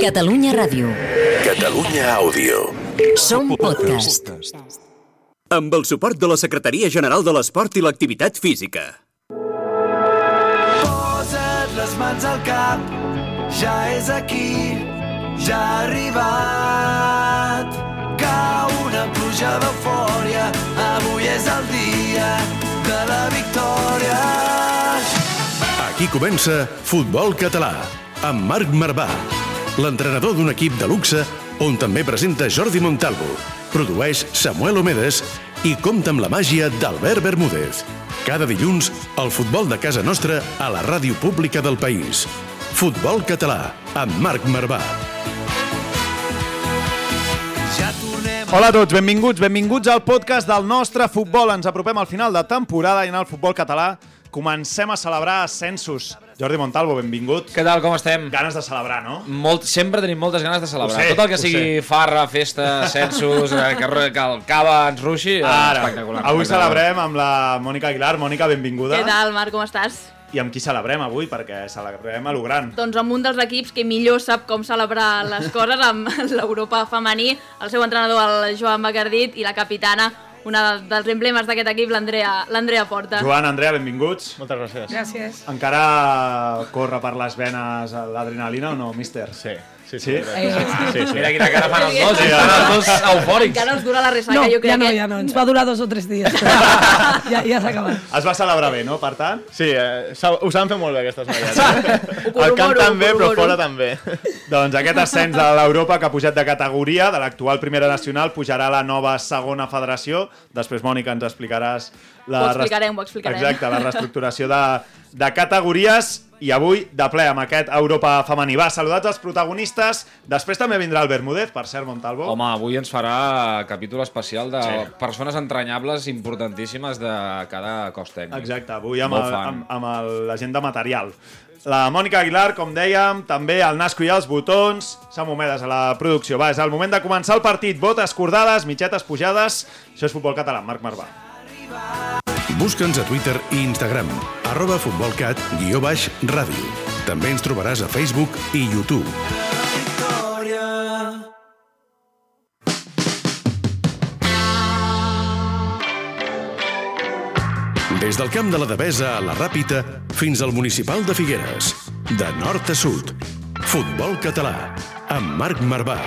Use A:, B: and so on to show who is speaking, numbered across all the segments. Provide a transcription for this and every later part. A: Catalunya Ràdio.
B: Catalunya Àudio.
A: Som podcast.
C: Amb el suport de la Secretaria General de l'Esport i l'Activitat Física.
D: Posa't les mans al cap, ja és aquí, ja ha arribat. Cau una pluja d'eufòria, avui és el dia de la victòria.
E: Aquí comença Futbol Català, amb Marc Marvà, l'entrenador d'un equip de luxe on també presenta Jordi Montalvo, produeix Samuel Omedes i compta amb la màgia d'Albert Bermúdez. Cada dilluns, el futbol de casa nostra a la ràdio pública del país. Futbol Català, amb Marc Marvà.
D: Ja tornem
F: Hola a tots, benvinguts, benvinguts al podcast del nostre futbol. Ens apropem al final de temporada i en el futbol català comencem a celebrar ascensos. Jordi Montalvo, benvingut.
G: Què tal, com estem?
F: Ganes de celebrar, no?
G: Molt, sempre tenim moltes ganes de celebrar.
F: Ho sé,
G: Tot el que
F: ho
G: sigui farra, festa, censos, eh, que, ro- que el cava ens ruixi, eh,
F: Ara,
G: espectacular.
F: avui
G: espectacular.
F: celebrem amb la Mònica Aguilar. Mònica, benvinguda.
H: Què tal, Marc, com estàs?
F: I amb qui celebrem avui? Perquè celebrem a lo gran.
H: Doncs amb un dels equips que millor sap com celebrar les coses, amb l'Europa femení, el seu entrenador, el Joan Bacardit, i la capitana, una de- dels emblemes d'aquest equip, l'Andrea l'Andrea Porta.
F: Joan, Andrea, benvinguts.
I: Moltes gràcies.
J: Gràcies.
F: Encara corre per les venes l'adrenalina o no, míster?
I: Sí, sí,
F: Sí?
I: sí. sí, sí.
G: Mira quina cara fan els dos,
H: Sí.
G: estan els dos eufòrics.
H: Encara ens dura la ressaca,
J: No,
H: jo crec
J: ja no,
H: que...
J: ja no. Ens va durar dos o tres dies. Però ja ja s'ha acabat.
F: Es va celebrar bé, no? Per tant,
I: Sí, eh, sa- ho saben fer molt bé, aquestes noies. Eh? Al camp
H: corromoro,
I: també,
H: ho
I: però
H: corromoro.
I: fora també.
F: Doncs aquest ascens de l'Europa que ha pujat de categoria, de l'actual Primera Nacional, pujarà a la nova Segona Federació. Després, Mònica, ens explicaràs... La
H: Ho
F: res-
H: explicarem, ho explicarem.
F: Exacte, la reestructuració de, de categories i avui, de ple, amb aquest Europa femení. Va, saludats els protagonistes. Després també vindrà el Bermúdez, per cert, Montalvo.
G: Home, avui ens farà capítol especial de
F: Sí.
G: persones entranyables importantíssimes de cada cos tècnic.
F: Exacte, avui amb,
G: Molt
F: el,
G: fan.
F: amb, amb el- la gent de material. La Mònica Aguilar, com dèiem, també el Nasco i els botons, Samu Medes a la producció. Va, és el moment de començar el partit. Botes cordades, mitgetes pujades. Això és Futbol Català, Marc Marvà.
E: Busca'ns a Twitter i Instagram, arroba futbolcat, guió baix, ràdio. També ens trobaràs a Facebook i YouTube.
D: victòria.
E: Des del camp de la Devesa a la Ràpita fins al municipal de Figueres. De nord a sud. Futbol català. Amb Marc Marvà.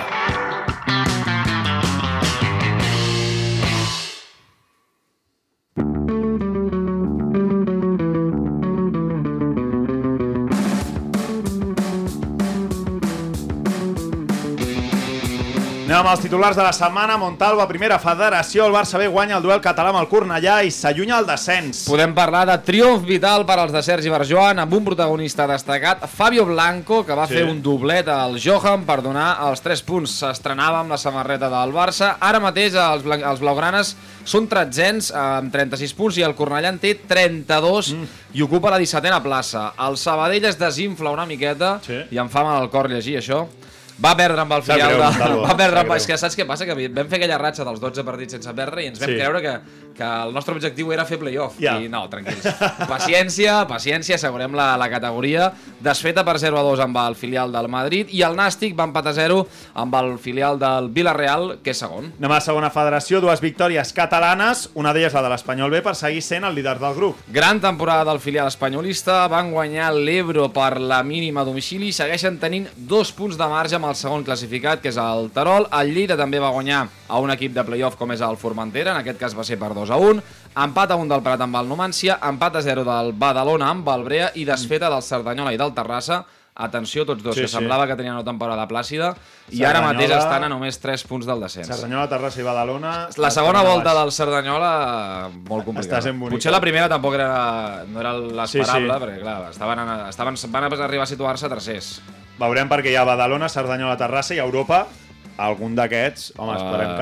F: Anem amb els titulars de la setmana. Montalva, primera federació. El Barça B guanya el duel català amb el Cornellà i s'allunya el descens.
G: Doncs Podem parlar de triomf vital per als de Sergi Barjoan amb un protagonista destacat, Fabio Blanco, que va sí. fer un doblet al Johan per donar els 3 punts. S'estrenava amb la samarreta del Barça. Ara mateix els, blan- els blaugranes són tretzens eh, amb 36 punts i el Cornellà en té 32
F: Mm.
G: i ocupa la 17a plaça. El Sabadell es desinfla una miqueta
F: Sí.
G: i em fa mal al cor llegir això. Va perdre amb el
F: Sap
G: filial
F: greu,
G: de...
F: Montalvo,
G: Va perdre
F: sap
G: amb...
F: greu.
G: És que saps què passa? Que vam fer aquella ratxa dels 12 partits sense perdre i ens vam
F: Sí.
G: creure que, que el nostre objectiu era fer playoff.
F: Ja.
G: I no, tranquils. Paciència, paciència, assegurem la, la categoria. Desfeta per 0 a 2 amb el filial del Madrid i el Nàstic va empatar 0 amb el filial del Villarreal, que és segon.
F: Anem a la segona federació. Dues victòries catalanes. Una d'elles la de l'Espanyol B per seguir sent el líder del grup.
G: Gran temporada del filial espanyolista, van guanyar l'Ebro per la mínima a domicili i segueixen tenint dos punts de marge amb el segon classificat, que és el Terol. El Lleida també va guanyar a un equip de playoff com és el Formentera, en aquest cas va ser per 2 a 1. Empat a 1 del Prat amb el Numància, empat a 0 del Badalona amb el Brea i desfeta del Cerdanyola i del Terrassa. Atenció, tots dos,
F: Sí,
G: sí, que
F: sí.
G: semblava que tenien una temporada plàcida i ara mateix
F: Cerdanyola-
G: estan a només 3 punts del descens.
F: Cerdanyola, Terrassa i Badalona.
G: La segona
F: Estan a
G: volta
F: baix.
G: del Cerdanyola, molt complicada.
F: Està sent bonica.
G: Potser la primera tampoc era, no era l'esperable,
F: Sí, sí.
G: perquè clar, estaven, en- estaven, van arribar a situar-se tercers.
F: Veurem perquè hi ha Badalona, Cerdanyola, Terrassa i Europa. Algun d'aquests, home,
G: Ah.
F: esperem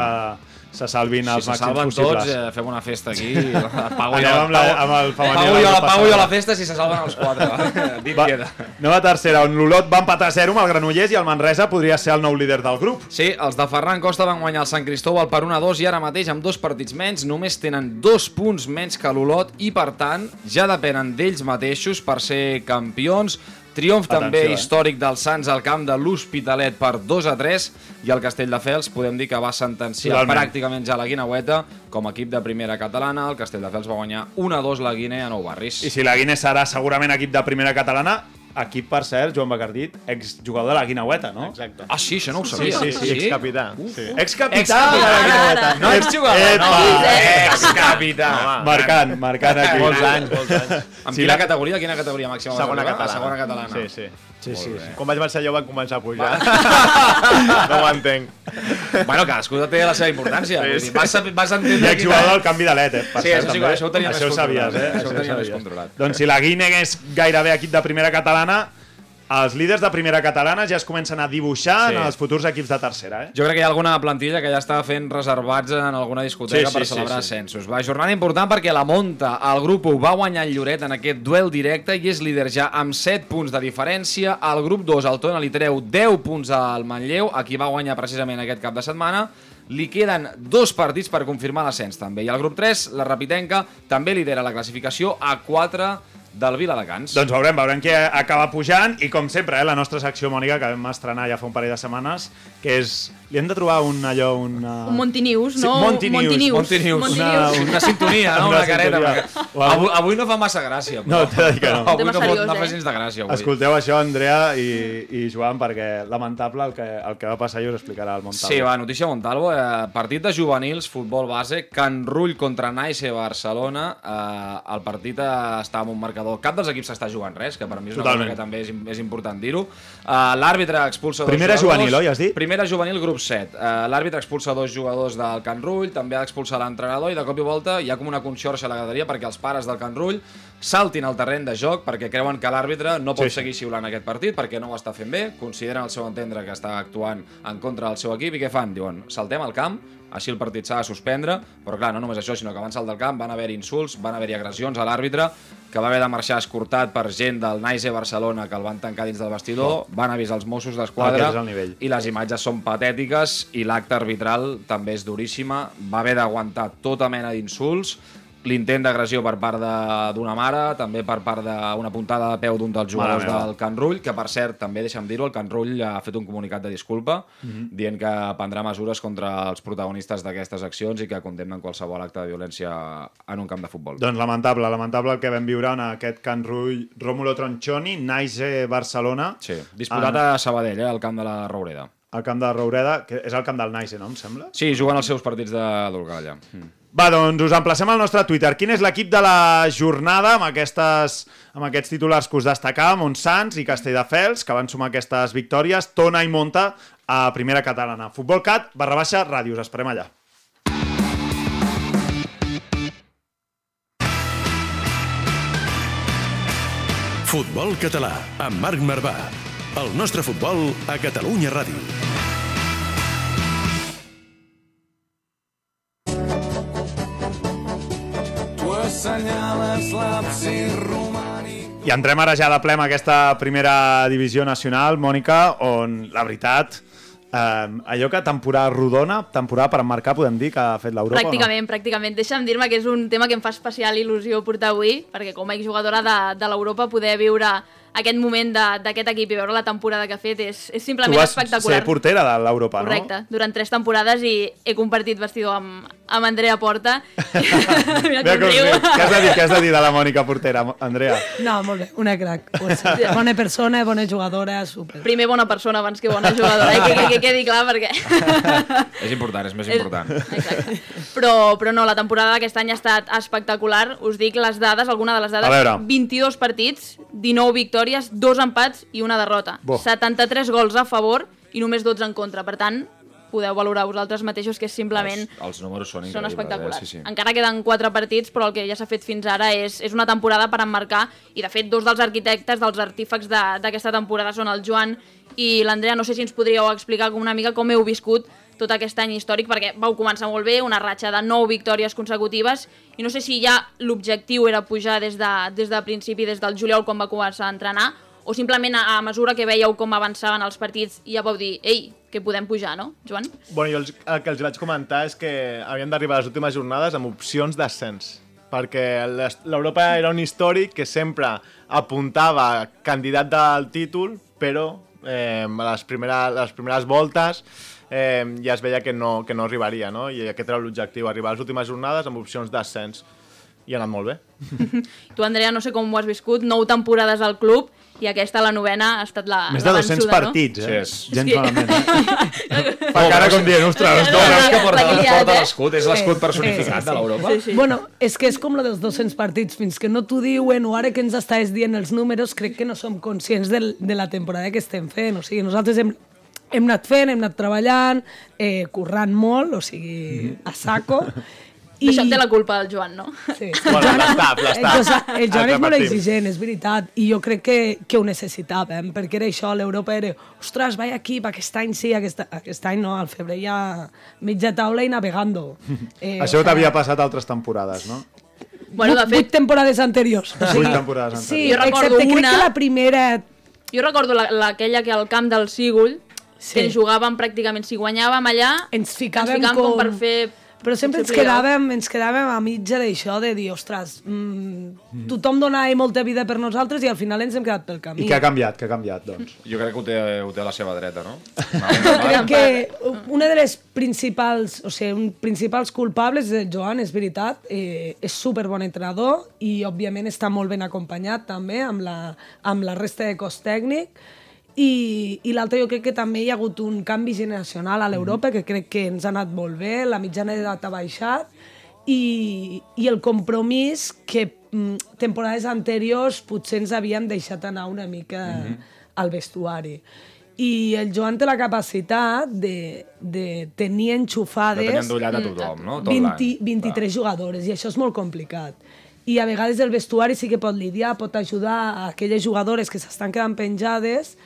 F: que se salvin els
G: si se
F: màxims
G: salven
F: possibles.
G: tots, eh, fem una festa aquí. et Pago
F: Anem
G: jo,
F: amb la- amb el femení
G: pago
F: de
G: jo,
F: l'any
G: la, pago jo
F: passat.
G: la festa si se salven els quatre. va. Dit
F: Va,
G: queda.
F: nova tercera, on l'Olot va empatar a 0 amb el Granollers i el Manresa podria ser el nou líder del grup.
G: Sí, els de Ferran Costa van guanyar el Sant Cristóbal per 1-2 i ara mateix amb dos partits menys només tenen dos punts menys que l'Olot i per tant ja depenen d'ells mateixos per ser campions Triomf
F: Atenció,
G: també
F: eh?
G: històric dels Sants al camp de l'Hospitalet per 2 a 3 i el Castelldefels podem dir que va sentenciar
F: Totalment.
G: pràcticament ja la Guinaueta com a equip de primera catalana. El Castelldefels va guanyar 1 a 2 la Guinea a Nou Barris.
F: I si la Guinea serà segurament equip de primera catalana, equip, per cert, Joan Bacardit, exjugador de la Guinaueta, no?
I: Exacte.
G: Ah, sí, això no ho
I: Sí,
G: sabia.
I: sí, sí, excapità. Sí.
F: Excapità
G: Excapità.
F: de la Guinaueta.
G: No ets jugador, no.
F: Epa!
G: Excapità.
I: Home,
F: Marcant, marcant aquí.
I: Molts anys, molts anys.
G: Amb
F: Sí,
G: quina
F: la-
G: categoria? Quina categoria màxima? vas
I: Segona
G: arribar? A
I: catalana.
G: Segona catalana.
I: Sí, sí.
F: Sí, sí, sí.
I: Quan vaig marxar jo van començar a pujar. no ho entenc.
G: Bueno, cadascú té la seva importància.
I: Sí,
G: Vull dir,
I: sí.
G: Vas, a- vas
F: I
G: entendre...
F: exjugador del canvi de l'ET, eh? per
G: Sí,
F: cert,
G: això sí,
F: també.
G: això ho tenia
F: això
G: més
F: ho savies,
G: controlat,
F: eh?
G: eh? Això ho tenia
F: ho
G: més
F: sabies.
G: controlat.
F: Doncs si la Guinea és gairebé equip de primera catalana, els líders de primera catalana ja es comencen a dibuixar
I: Sí.
F: en els futurs equips de tercera, eh?
G: Jo crec que hi ha alguna plantilla que ja està fent reservats en alguna discoteca
I: Sí, sí,
G: per
I: sí,
G: celebrar
I: sí.
G: ascensos. Va, jornada important perquè la Monta, el grup 1, va guanyar el Lloret en aquest duel directe i és líder ja amb 7 punts de diferència. Al grup 2, el Tona li treu 10 punts al Manlleu, a qui va guanyar precisament aquest cap de setmana. Li queden dos partits per confirmar l'ascens també. I al grup 3, la Rapitenca també lidera la classificació a 4 del Viladecans.
F: Doncs veurem, veurem qui acaba pujant i com sempre, eh, la nostra secció, Mònica, que vam estrenar ja fa un parell de setmanes, que és... Li hem de trobar un eh, allò, una...
H: Un Montinews, no?
F: Monty News,
H: Montinews.
G: Monti News. Una,
H: Montinews.
G: una sintonia, no?
F: Una
G: Una, careta.
F: sintonia.
G: perquè Avui, avui no fa massa gràcia. Però.
F: No, t'he de dir que no.
G: Avui
H: Tema
G: no, pot,
H: seriós,
G: no fa
H: eh?
G: gens de gràcia. Avui.
F: Escolteu això, Andrea i, i Joan, perquè lamentable el que, el que va passar i us explicarà el Montalvo.
G: Sí, va, notícia Montalvo. Eh, partit de juvenils, futbol base, Can Rull contra Naixe Barcelona. Eh, el partit eh, està amb un marcador. Cap dels equips s'està jugant res, que per mi és una
F: Totalment.
G: cosa que també és, im- és important dir-ho. Eh, L'àrbitre expulsa dos
F: Primera
G: jugadors.
F: juvenil, oi, has dit?
G: Primera juvenil, grup 7. Eh, L'àrbitre expulsa dos jugadors del Can Rull, també ha d'expulsar l'entrenador i de cop i volta hi ha com una conxorxa a la graderia perquè els pares del Can Rull saltin al terreny de joc perquè creuen que l'àrbitre no pot
F: Sí, sí.
G: sí, seguir xiulant aquest partit perquè no ho està fent bé, consideren al seu entendre que està actuant en contra del seu equip i què fan? Diuen, saltem al camp, així el partit s'ha de suspendre, però clar, no només això, sinó que van salt del camp, van haver insults, van haver-hi agressions a l'àrbitre, que va haver de marxar escortat per gent del Naise Barcelona que el van tancar dins del vestidor, van avisar els Mossos d'Esquadra
F: Aquest és el nivell.
G: i les imatges són patètiques i l'acte arbitral també és duríssima. Va haver d'aguantar tota mena d'insults, l'intent d'agressió per part de- d'una mare, també per part d'una puntada de peu d'un dels jugadors
F: meva.
G: del Can Rull, que per cert, també deixa'm dir-ho, el Can Rull ha fet un comunicat de disculpa mm
F: Mhm.
G: -hmm. dient que prendrà mesures contra els protagonistes d'aquestes accions i que condemnen qualsevol acte de violència en un camp de futbol.
F: Doncs lamentable, lamentable el que vam viure en aquest Can Rull Rómulo Tronchoni, Naise Barcelona,
G: Sí, disputat
F: Ah,
G: a Sabadell, eh, al camp de la Roureda.
F: al camp de Roureda, que és el camp del Naise, no, em sembla?
G: Sí, juguen els seus partits de d'Urgalla. Mm.
F: Va, doncs us emplacem al nostre Twitter. Quin és l'equip de la jornada amb, aquestes, amb aquests titulars que us destacàvem, Montsants i Castelldefels, que van sumar aquestes victòries, Tona i Monta a Primera Catalana. Futbol Cat, barra baixa, ràdio. Us esperem allà.
E: Futbol català amb Marc Marvà. El nostre futbol a Catalunya Ràdio.
F: I entrem ara ja de ple en aquesta primera divisió nacional, Mònica, on la veritat, eh, allò que temporada rodona, temporada per emmarcar, podem dir, que ha fet l'Europa.
H: Pràcticament, pràcticament. Deixa'm dir-me que és un tema que em fa especial il·lusió portar avui, perquè com a exjugadora de, de l'Europa poder viure aquest moment de- d'aquest equip i veure la temporada que ha fet és, és
F: No? Tu
H: simplement
F: vas
H: espectacular.
F: ser portera de l'Europa, no?
H: Correcte, durant tres temporades i he compartit vestidor amb, amb Andrea Porta. Mira
F: doncs Mira
H: com
F: com riu.
H: riu.
F: Què has de dir, què has de dir de la Mònica portera, Andrea?
J: No, molt bé, una crac. Pues, bona persona, bona jugadora, super.
H: Primer bona persona abans que bona jugadora, eh? que, que, que quedi clar perquè...
G: És important, és més important.
H: Exacte. Però, però no, la temporada d'aquest any ha estat espectacular. Us dic les dades, alguna de les
F: A
H: dades.
F: veure.
H: 22 partits, 19 victòries, 2 empats i una derrota.
F: Bo.
H: 73 gols a favor i només 12 en contra. Per tant, podeu valorar vosaltres mateixos que és simplement...
G: Els, els números són
H: Són
G: increïbles.
H: espectaculars.
G: Eh? Sí, sí.
H: Encara queden 4 partits, però el que ja s'ha fet fins ara és, és una temporada per emmarcar i, de fet, dos dels arquitectes, dels artífecs de- d'aquesta temporada són el Joan i l'Andrea. No sé si ens podríeu explicar com una mica com heu viscut tot aquest any històric, perquè vau començar molt bé, una ratxa de 9 victòries consecutives, i no sé si ja l'objectiu era pujar des de, des de principi, des del juliol, quan va començar a entrenar, o simplement a, a mesura que veieu com avançaven els partits ja vau dir, ei, que podem pujar, no, Joan?
I: Bueno, jo els, el que els vaig comentar és que havien d'arribar a les últimes jornades amb opcions d'ascens. perquè les- l'Europa era un històric que sempre apuntava candidat del títol, però eh, a les, primera, les primeres voltes eh, ja es veia que no, que no arribaria, no? i aquest era l'objectiu, arribar a les últimes jornades amb opcions d'ascens. I ha anat molt bé.
H: Tu, Andrea, no sé com ho has viscut, nou temporades al club i aquesta, la novena, ha estat la
F: Més de
H: la
F: 200
H: vençuda,
F: partits, eh?
I: Sí,
F: Gens
H: Sí.
F: malament.
I: Fa cara com dient, ostres,
G: No, veus que
H: La
G: porta,
H: guillada,
G: porta
H: eh?
G: l'escut, és l'escut
J: Sí,
G: personificat
J: sí, sí,
G: de l'Europa.
H: Sí,
J: Sí. Bueno, és que és com la dels 200 partits, fins que no t'ho diuen o ara que ens estàs dient els números, crec que no som conscients del, de la temporada que estem fent. O sigui, nosaltres hem, hem anat fent, hem anat treballant, eh, currant molt, o
F: Mhm.
J: sigui, a saco.
H: I... Això en té la culpa del Joan, no?
J: Sí.
I: Bueno, l'estaf, l'estaf.
J: El Joan- El Joan
I: El
J: és molt
I: repartim.
J: exigent, és veritat, i jo crec que, que ho necessitàvem, perquè era això, l'Europa era, ostres, vaig aquí, aquest any sí, aquest, aquest any no, al febrer ja mitja taula i navegando. Eh,
F: Això t'havia passat altres temporades, no?
H: Bueno, de
J: Vuit
H: fet,
J: temporades anteriors. O
F: Vuit temporades
J: Sí,
F: anteriors.
H: Jo recordo
J: excepte crec
H: una-
J: que la primera...
H: jo recordo la- l'aquella que al camp del Sígull,
J: Sí.
H: sí. que ens jugàvem pràcticament, si guanyàvem allà,
J: Ens ficàvem,
H: ens ficàvem com...
J: com
H: per fer...
J: Però sempre ens
H: potser playoff.
J: quedàvem, ens quedàvem a mitja d'això, de dir, ostres, mm, tothom donava molta vida per nosaltres i al final ens hem quedat pel camí.
F: I què ha canviat? Què ha canviat, doncs?
G: Jo crec que ho té, ho té a la seva dreta, no?
J: crec que una de les principals, o sigui, un principals culpables de Joan, és veritat, eh, és super bon entrenador i òbviament està molt ben acompanyat també amb la, amb la resta de cos tècnic i, i l'altre jo crec que també hi ha hagut un canvi generacional a l'Europa que crec que ens ha anat molt bé, la mitjana d'edat ha baixat i, i el compromís que mm, temporades anteriors potser ens havíem deixat anar una mica
G: Mhm.
J: al vestuari. I el Joan té la capacitat de, de tenir
G: De tenir
J: enxufades
G: endollat a tothom, no? Tot
J: 20,
G: l'any.
J: 23 jugadores, i això és molt complicat. I a vegades el vestuari sí que pot lidiar, pot ajudar a aquelles jugadores que s'estan quedant penjades,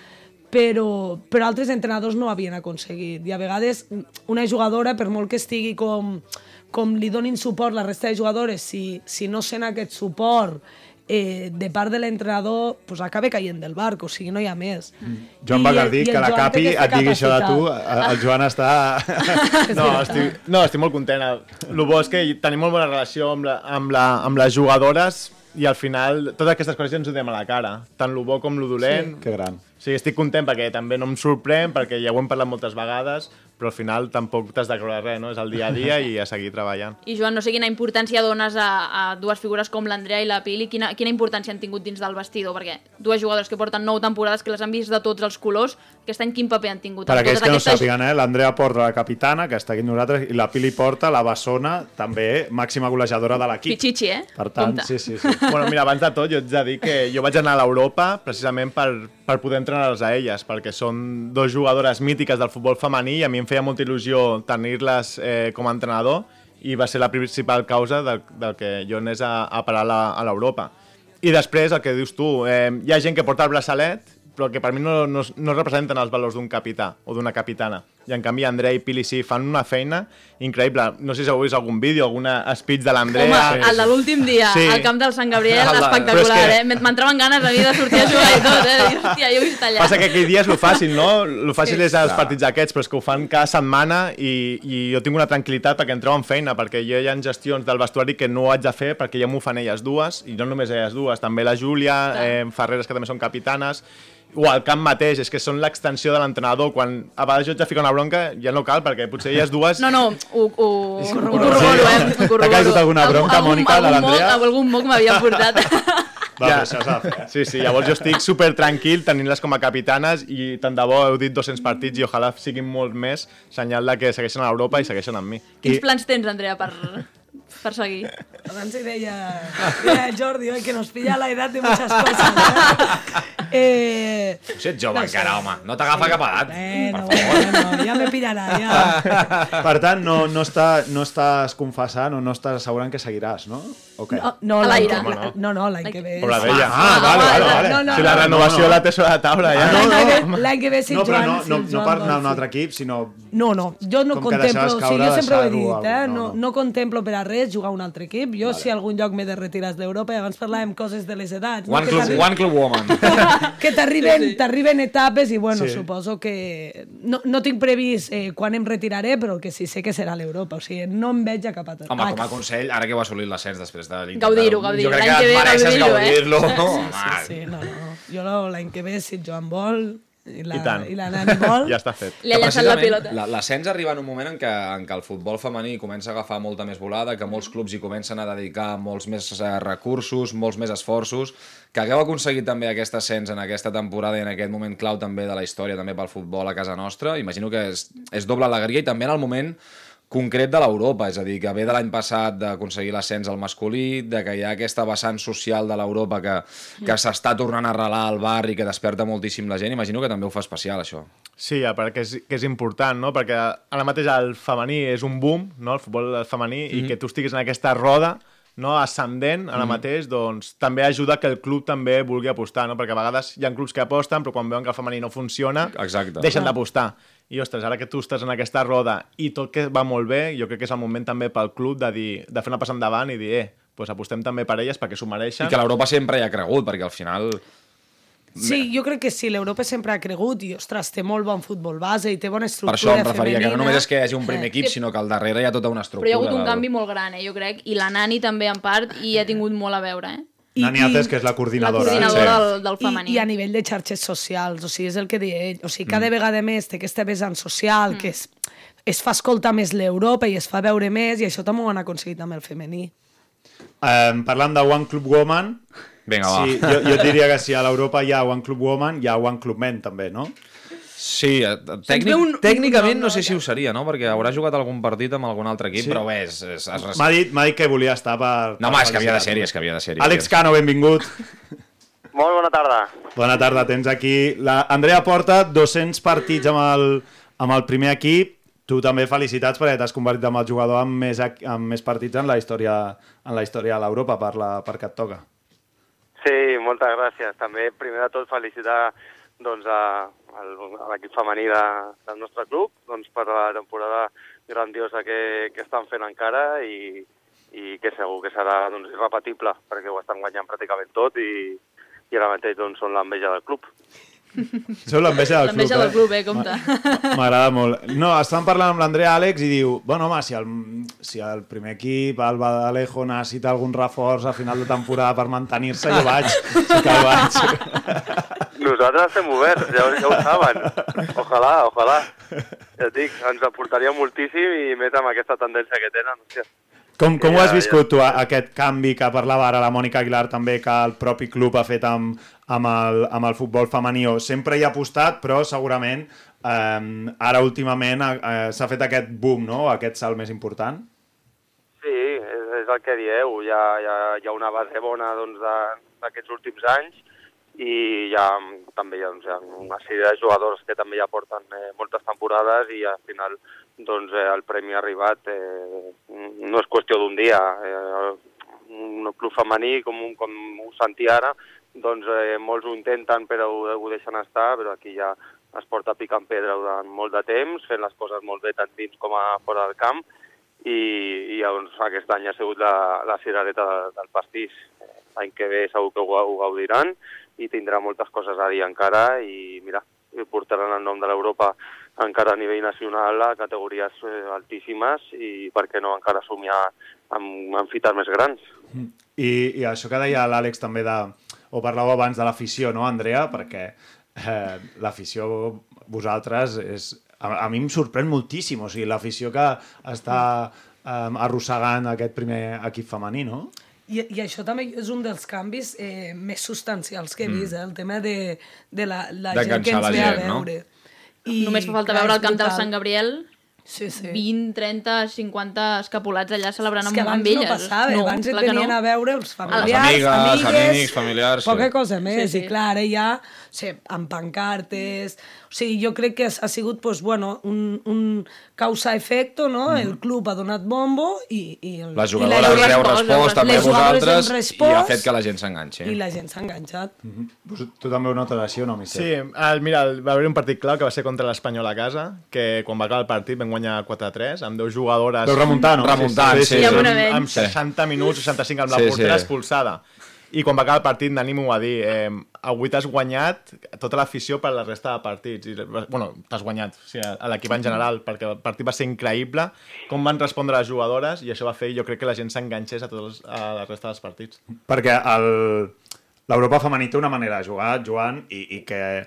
J: però, però altres entrenadors no ho havien aconseguit. I a vegades una jugadora, per molt que estigui com, com li donin suport la resta de jugadores, si, si no sent aquest suport eh, de part de l'entrenador, pues acaba caient del barc, o sigui, no hi ha més. Mm.
F: Joan Bacardí, que la Capi et digui això de tu, eh, el Joan està...
I: No, estic, no, estic molt content. El bo és que hi- tenim molt bona relació amb, la, amb, la, amb les jugadores i al final totes aquestes coses ens ho diem a la cara. Tant el bo com el dolent.
F: Que gran.
I: O sigui, estic content perquè també no em sorprèn, perquè ja ho hem parlat moltes vegades, però al final tampoc t'has de creure res, no? És el dia a dia i a seguir treballant.
H: I Joan, no sé quina importància dones a, a dues figures com l'Andrea i la Pili, quina, quina importància han tingut dins del vestidor, perquè dues jugadores que porten nou temporades, que les han vist de tots els colors, aquest any quin paper han tingut?
F: Per
H: Amb
F: aquells
H: totes
F: que no
H: aquestes-
F: sàpiguen, eh? l'Andrea porta la capitana, que està aquí amb nosaltres, i la Pili porta la Bessona, també màxima golejadora de l'equip.
H: Pichichi, eh?
F: Per tant,
H: Compte.
F: sí, sí, sí.
I: Bueno, mira, abans de tot jo ets de dir que jo vaig anar a l'Europa precisament per, per poder entrenar-les a elles, perquè són dos jugadores mítiques del futbol femení i a mi em feia molta il·lusió tenir-les eh, com a entrenador i va ser la principal causa del, del que jo anés a, a parar la, a l'Europa. I després, el que dius tu, eh, hi ha gent que porta el braçalet, però que per mi no, no, no representen els valors d'un capità o d'una capitana. I en canvi Andrea i Pili sí, fan una feina increïble. No sé si heu vist algun vídeo, alguna speech de l'Andrea.
H: Home, el de l'últim dia,
I: Sí.
H: sí. al camp del Sant Gabriel,
G: Hola.
H: espectacular,
I: Però és
H: que...
I: que-
H: eh? Me- M'entraven ganes a mi de sortir a jugar i tot, eh? Dius, Hòstia, jo he vist allà.
I: Passa que aquell dia és lo fàcil, no? Lo fàcil és els partits aquests, però és que ho fan cada setmana i, i jo tinc una tranquil·litat perquè em troben feina, perquè jo hi ha gestions del vestuari que no ho haig de fer perquè ja m'ho fan elles dues, i no només elles dues, també la Júlia, eh, Ferreres, que també són capitanes, o al camp mateix, és que són l'extensió de l'entrenador. Quan a vegades jo et ja fico una bronca, ja no cal, perquè potser elles dues...
H: No, no, ho, ho, ho corroboro, eh? Ho corroboro.
F: T'ha caigut alguna
H: Algú-
F: bronca,
H: algun-
F: Mònica, de
H: algun
F: l'Andrea?
H: moc- Algun moc m'havia portat.
F: Va, ja. això s'ha de fer.
I: Sí, sí, llavors jo estic super tranquil tenint-les com a capitanes i tant de bo heu dit 200 partits i ojalà siguin molt més senyal de que segueixen a Europa i segueixen amb mi.
H: Quins
F: I-
H: plans tens, Andrea, per, per seguir?
J: Abans hi deia, deia el Jordi, oi, que nos pilla la edat de muchas cosas. Eh, eh
G: Si ets jove encara, home. No t'agafa cap edat.
J: bueno,
G: Per favor. Ah.
J: bueno, ja me pillarà, ja.
F: Per tant, no, no, està, no estàs confessant o no estàs assegurant que seguiràs, no? Okay.
J: No, no,
H: A
J: l'any
H: l'aire.
J: que- no, no, l'any que ve.
I: O la d'ella.
F: Ah, vale, vale, vale.
J: No, no,
I: si la
J: no,
I: renovació
F: no, no.
I: la té sobre la taula, ja.
J: L'any
F: no,
J: que ve- L'any que ve si
F: no, però
J: Joan...
F: no,
J: si
F: no,
J: el
F: no
J: Joan
F: per
J: vol
F: anar a un
J: fer.
F: altre equip, sinó...
J: No, no, jo no
F: Com que deixaves
J: contemplo, o sigui,
F: caure,
J: jo sempre ho he
F: deixar-ho
J: dit, eh?
F: al- no,
J: no,
F: no.
J: no contemplo per a res jugar a un altre equip. Jo, si a algun lloc m'he de retirar d'Europa, i abans parlàvem coses de les edats, no?
G: One
J: que
G: club,
J: t'arri-
G: one club woman.
J: que t'arriben t'arriben etapes i, bueno,
F: Sí.
J: suposo que... No, no tinc previst eh, quan em retiraré, però el que sí sé que serà l'Europa. O sigui, no em veig a cap altre.
G: Home, com a
J: Ah,
G: consell, ara que heu assolit l'ascens després has de...
H: Gaudir-ho, gaudir-ho.
G: Jo crec
H: L'any que
G: que
H: ve,
G: et mereixes
H: gaudir-ho, eh?
G: gaudir-lo.
J: Sí,
G: Sí,
J: sí, no, no. Jo no, l'any que ve, si el Joan vol i la,
I: I tant.
J: i la Nani vol...
I: Ja està fet.
H: Li ha llançat la pilota.
G: L'ascens arriba en un moment en què, en què el futbol femení comença a agafar molta més volada, que molts clubs hi comencen a dedicar molts més eh, recursos, molts més esforços, que hagueu aconseguit també aquest ascens en aquesta temporada i en aquest moment clau també de la història també pel futbol a casa nostra. Imagino que és, és doble alegria i també en el moment concret de l'Europa, és a dir, que ve de l'any passat d'aconseguir l'ascens al masculí, de que hi ha aquesta vessant social de l'Europa que, que s'està tornant a arrelar al barri, que desperta moltíssim la gent, imagino que també ho fa especial, això.
I: Sí, a part que és, que és important, no? Perquè ara mateix el femení és un boom, no? El futbol femení,
F: Mhm.
I: i que tu estiguis en aquesta roda no? ascendent ara mateix, doncs també ajuda que el club també vulgui apostar, no? Perquè a vegades hi ha clubs que aposten, però quan veuen que el femení no funciona,
G: Exacte.
I: deixen d'apostar. I, ostres, ara que tu estàs en aquesta roda i tot que va molt bé, jo crec que és el moment també pel club de, dir, de fer una passa endavant i dir, eh, doncs apostem també per elles perquè s'ho mereixen.
G: I que l'Europa sempre hi ha cregut, perquè al final...
J: Sí, jo crec que sí, l'Europa sempre ha cregut i, ostres, té molt bon futbol base i té bona
G: Per
J: estructura
G: això em
J: femenina.
G: referia, que no només és que hi hagi un primer equip, sinó que al darrere hi ha tota una
H: Eh, Però hi
G: estructura.
H: ha hagut un
G: del-
H: canvi molt gran, eh, jo crec, i la Nani també en part, i ha tingut molt a veure, eh?
J: I-
F: Nani
J: i-
F: Ates, que és la
H: La
F: coordinadora.
H: coordinadora
G: Sí.
H: del, del femení.
J: I, I a nivell de xarxes socials, o sigui, és el que deia ell. O sigui, cada mm. vegada més té aquesta vessant social mm. que es, es fa escoltar més l'Europa i es fa veure més, i això també ho han aconseguit amb el femení.
F: Eh, parlant de One Club Woman,
G: Vinga, va.
F: sí, jo, jo et diria que si a l'Europa hi ha One Club Woman, hi ha One Club Men també, no?
G: Sí, eh, tècnic,
J: veu un-
G: un...
J: un
G: tècnicament
J: nom,
G: no sé
J: no?
G: si ho seria, no? Perquè haurà jugat algun partit amb algun altre equip,
F: Sí.
G: sí. però bé, és, és, es res...
F: M'ha dit, m'ha dit que volia estar per...
G: No,
F: per
G: home, és que havia de
F: felicitar-te.
G: ser és que havia de ser
F: Àlex Cano, benvingut.
K: Molt bona tarda.
F: Bona tarda, tens aquí... La Andrea Porta, 200 partits amb el, amb el primer equip. Tu també felicitats perquè t'has convertit en el jugador amb més, ac- amb més partits en la història, en la història de l'Europa per la, perquè et toca.
K: Sí, moltes gràcies. També, primer de tot, felicitar doncs, a, al- a l'equip femení de, del nostre club doncs, per la temporada grandiosa que, que estan fent encara i, i que segur que serà doncs, irrepetible perquè ho estan guanyant pràcticament tot i, i ara mateix doncs, són l'enveja del club.
F: Sou l'enveja del club.
H: L'enveja del club, eh, compte.
F: M'a- M'agrada molt. No, estan parlant amb l'Andrea Àlex i diu, bueno, home, si el, si el primer equip, el Badalejo, necessita algun reforç a final de temporada per mantenir-se, jo vaig. Sí que el vaig.
K: Nosaltres estem oberts, ja, ho- ja ho saben. Ojalà, ojalà. Ja et dic, ens aportaria moltíssim i més amb aquesta tendència que tenen. Hòstia.
F: Com, com ho has
K: Ja, ja.
F: viscut tu, a- aquest canvi que parlava ara la Mònica Aguilar també, que el propi club ha fet amb, amb, el, amb el futbol femení? O sempre hi ha apostat, però segurament eh, ara últimament eh, eh, s'ha fet aquest boom, no? aquest salt més important?
K: Sí, és, és el que dieu. Hi ha, hi ha, hi ha una base bona doncs, de- d'aquests últims anys i hi ha, també hi ha, doncs, hi ha una sèrie de jugadors que també ja porten eh, moltes temporades i al final doncs, eh, el premi ha arribat. Eh, no és qüestió d'un dia. Eh, un club femení, com, un- com ho sentia ara, doncs eh, molts ho intenten però ho, ho deixen estar, però aquí ja es porta picant pedra durant molt de temps, fent les coses molt bé tant dins com a fora del camp, i, i llavors aquest any ha sigut la, la cirereta de, del pastís. Eh, L'any que ve segur que ho, gau- ho gaudiran i tindrà moltes coses a dir encara i mira, i portaran el nom de l'Europa encara a nivell nacional a categories eh, altíssimes i per què no encara somiar amb, amb fites més grans.
F: I, i això que deia l'Àlex també de... O parlàveu abans de l'afició, no, Andrea? Perquè eh, l'afició, vosaltres, és... A, a mi em sorprèn moltíssim, o sigui, l'afició que està eh, arrossegant aquest primer equip femení, no?
J: I, I això també és un dels canvis eh, més substancials que he vist, eh, el tema de, de la, la
G: De
J: gent que ens
G: cansar Mm. la
J: ve a
G: gent, no?
J: veure.
H: I, Només fa falta
J: clar,
H: veure
J: és
H: el camp del
J: brutal.
H: Sant Gabriel,
J: Sí, sí.
H: 20, 30 50 escapolats allà celebrant
J: És
H: amb,
J: que
H: amb
J: abans no
H: elles.
J: passava, no, abans et
H: clar que
J: venien no. a veure els familiars,
G: amigues,
J: amigues,
G: amics, familiars, sí.
J: poca cosa més,
H: Sí, sí.
J: i clar, ara ja o sigui, amb pancartes, o sigui, jo crec que ha sigut pues, bueno, un, un causa-efecto, no? Mm. el club ha donat bombo i, i, el,
G: Les
J: i
G: jugadores
H: I la-
G: heu
H: les
G: respost, també
H: jugadores
G: vosaltres, i
J: hem
G: ha
J: respost.
G: fet que la gent s'enganxi.
J: i la gent s'ha enganxat.
G: Mm.
F: Vos- Tu també ho notes així o no, Michel?
I: Sí, el, mira, el- va haver un partit clau que va ser contra l'Espanyol a casa, que quan va acabar el partit vam guanyar 4-3, amb 10 jugadores...
F: Veu remuntar, no?
G: Remuntant, sí,
H: sí.
I: amb,
H: Segurament.
I: amb 60 minuts, 65 amb la
G: Sí,
I: portera
G: sí.
I: expulsada. I quan va acabar el partit, Nani m'ho va dir, eh, avui t'has guanyat tota l'afició per la resta de partits. I, bueno, t'has guanyat, o sigui, a l'equip en general, perquè el partit va ser increïble, com van respondre les jugadores, i això va fer, jo crec, que la gent s'enganxés a, tots, els- a la resta dels partits.
F: Perquè el- l'Europa femení té una manera de jugar, Joan, i, i que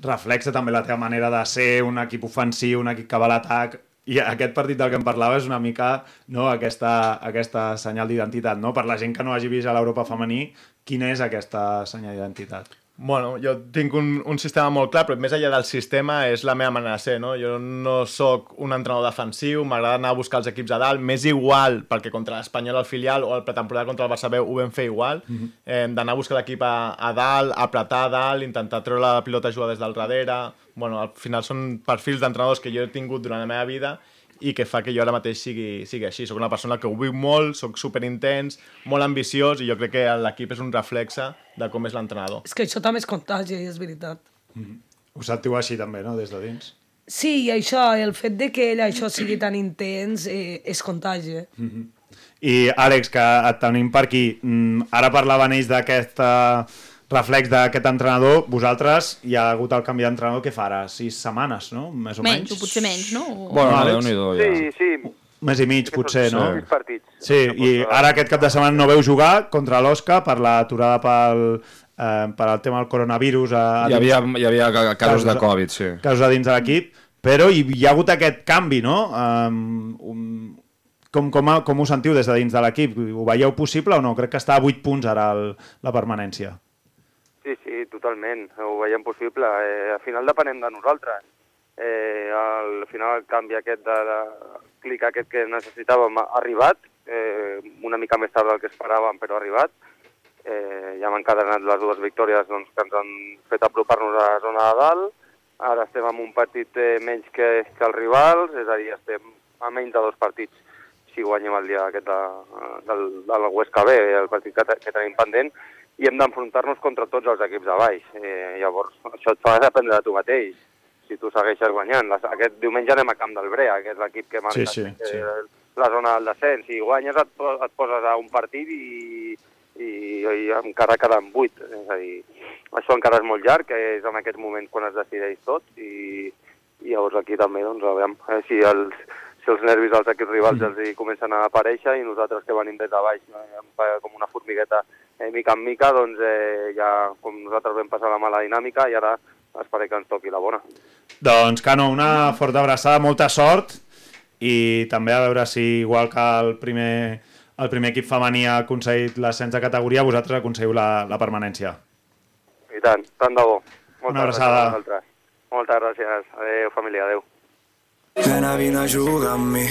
F: reflexa també la teva manera de ser un equip ofensiu, un equip que va a l'atac, i aquest partit del que em parlava és una mica no, aquesta, aquesta senyal d'identitat, no? Per la gent que no hagi vist a l'Europa femení, quina és aquesta senyal d'identitat?
I: Bueno, jo tinc un, un sistema molt clar, però més enllà del sistema és la meva manera de ser, no? Jo no sóc un entrenador defensiu, m'agrada anar a buscar els equips a dalt, m'és igual, perquè contra l'Espanyol al filial o el pretemporada contra el Barçabeu ho vam fer igual,
L: Mhm.
I: eh, d'anar a buscar l'equip a, a dalt, apretar a dalt, intentar treure la pilota a jugar des del darrere... Bueno, al final són perfils d'entrenadors que jo he tingut durant la meva vida i que fa que jo ara mateix sigui, sigui així. Soc una persona que ho viu molt, soc superintens, molt ambiciós i jo crec que l'equip és un reflexe de com és l'entrenador.
J: És que això també és contagi, és veritat.
F: Ho sentiu així també, no?, des de dins.
J: Sí, i això, el fet de que ell això sigui tan intens eh, es contagia.
K: Mm.
F: Mhm. I, Àlex, que et tenim per aquí. Mm, Ara parlaven ells d'aquest eh, reflex d'aquest entrenador. Vosaltres, hi ha hagut el canvi d'entrenador, què fa ara? Sis setmanes, no? Més o
H: Menys,
F: menys.
H: o potser menys, no? O...
F: Bueno, Àlex?
K: Sí, sí,
F: Més i mig, potser, no?
K: sis partits.
F: Sí, i ara aquest cap de setmana no veu jugar contra l'Osca per l'aturada pel, eh, per al tema del coronavirus. A, a
G: Hi havia, hi havia ca- casos de
F: Casos de-
G: Covid, sí.
F: casos a dins de l'equip, però hi, hi ha hagut aquest canvi, no? Um, um, com, com, com ho sentiu des de dins de l'equip? Ho veieu possible o no? Crec que està a 8 punts ara el, la permanència.
K: Sí, sí, totalment. Ho veiem possible. Eh, al final depenem de nosaltres. Eh, al final el canvi aquest de, de clic aquest que necessitàvem ha arribat, eh, una mica més tard del que esperàvem, però ha arribat. Eh, ja hem encadenat les dues victòries doncs, que ens han fet apropar-nos a la zona de dalt. Ara estem amb un partit eh, menys que, que els rivals, és a dir, estem a menys de dos partits si guanyem el dia aquest de, del, del Huesca B, eh, el partit que, te- que tenim pendent, i hem d'enfrontar-nos contra tots els equips de baix. Eh, llavors, això et fa dependre de tu mateix, si tu segueixes guanyant. Les, aquest diumenge anem a Camp del Brea, que és l'equip que marca
F: sí,
K: eh, la zona del descens. Si guanyes et, po- et poses a un partit i, i, i encara queden vuit. És a dir, això encara és molt llarg, que és en aquest moment quan es decideix tot, i, i llavors aquí també, doncs, a veure, eh, si els, si els nervis dels equips rivals
F: Mm.
K: els hi comencen a aparèixer i nosaltres que venim des de baix eh, amb- com una formigueta eh, mica en mica, doncs eh, ja com nosaltres vam passar la mala dinàmica i ara esperem que ens toqui la bona.
F: Doncs, Cano, una forta abraçada, molta sort i també a veure si, igual que el primer, el primer equip femení ha aconseguit l'ascens de categoria, vosaltres aconseguiu la, la permanència.
K: I tant, tant de bo. Moltes
F: Una abraçada.
K: gràcies a vosaltres. Moltes gràcies. Adéu, família, adéu.
M: Nena, vine a jugar amb mi.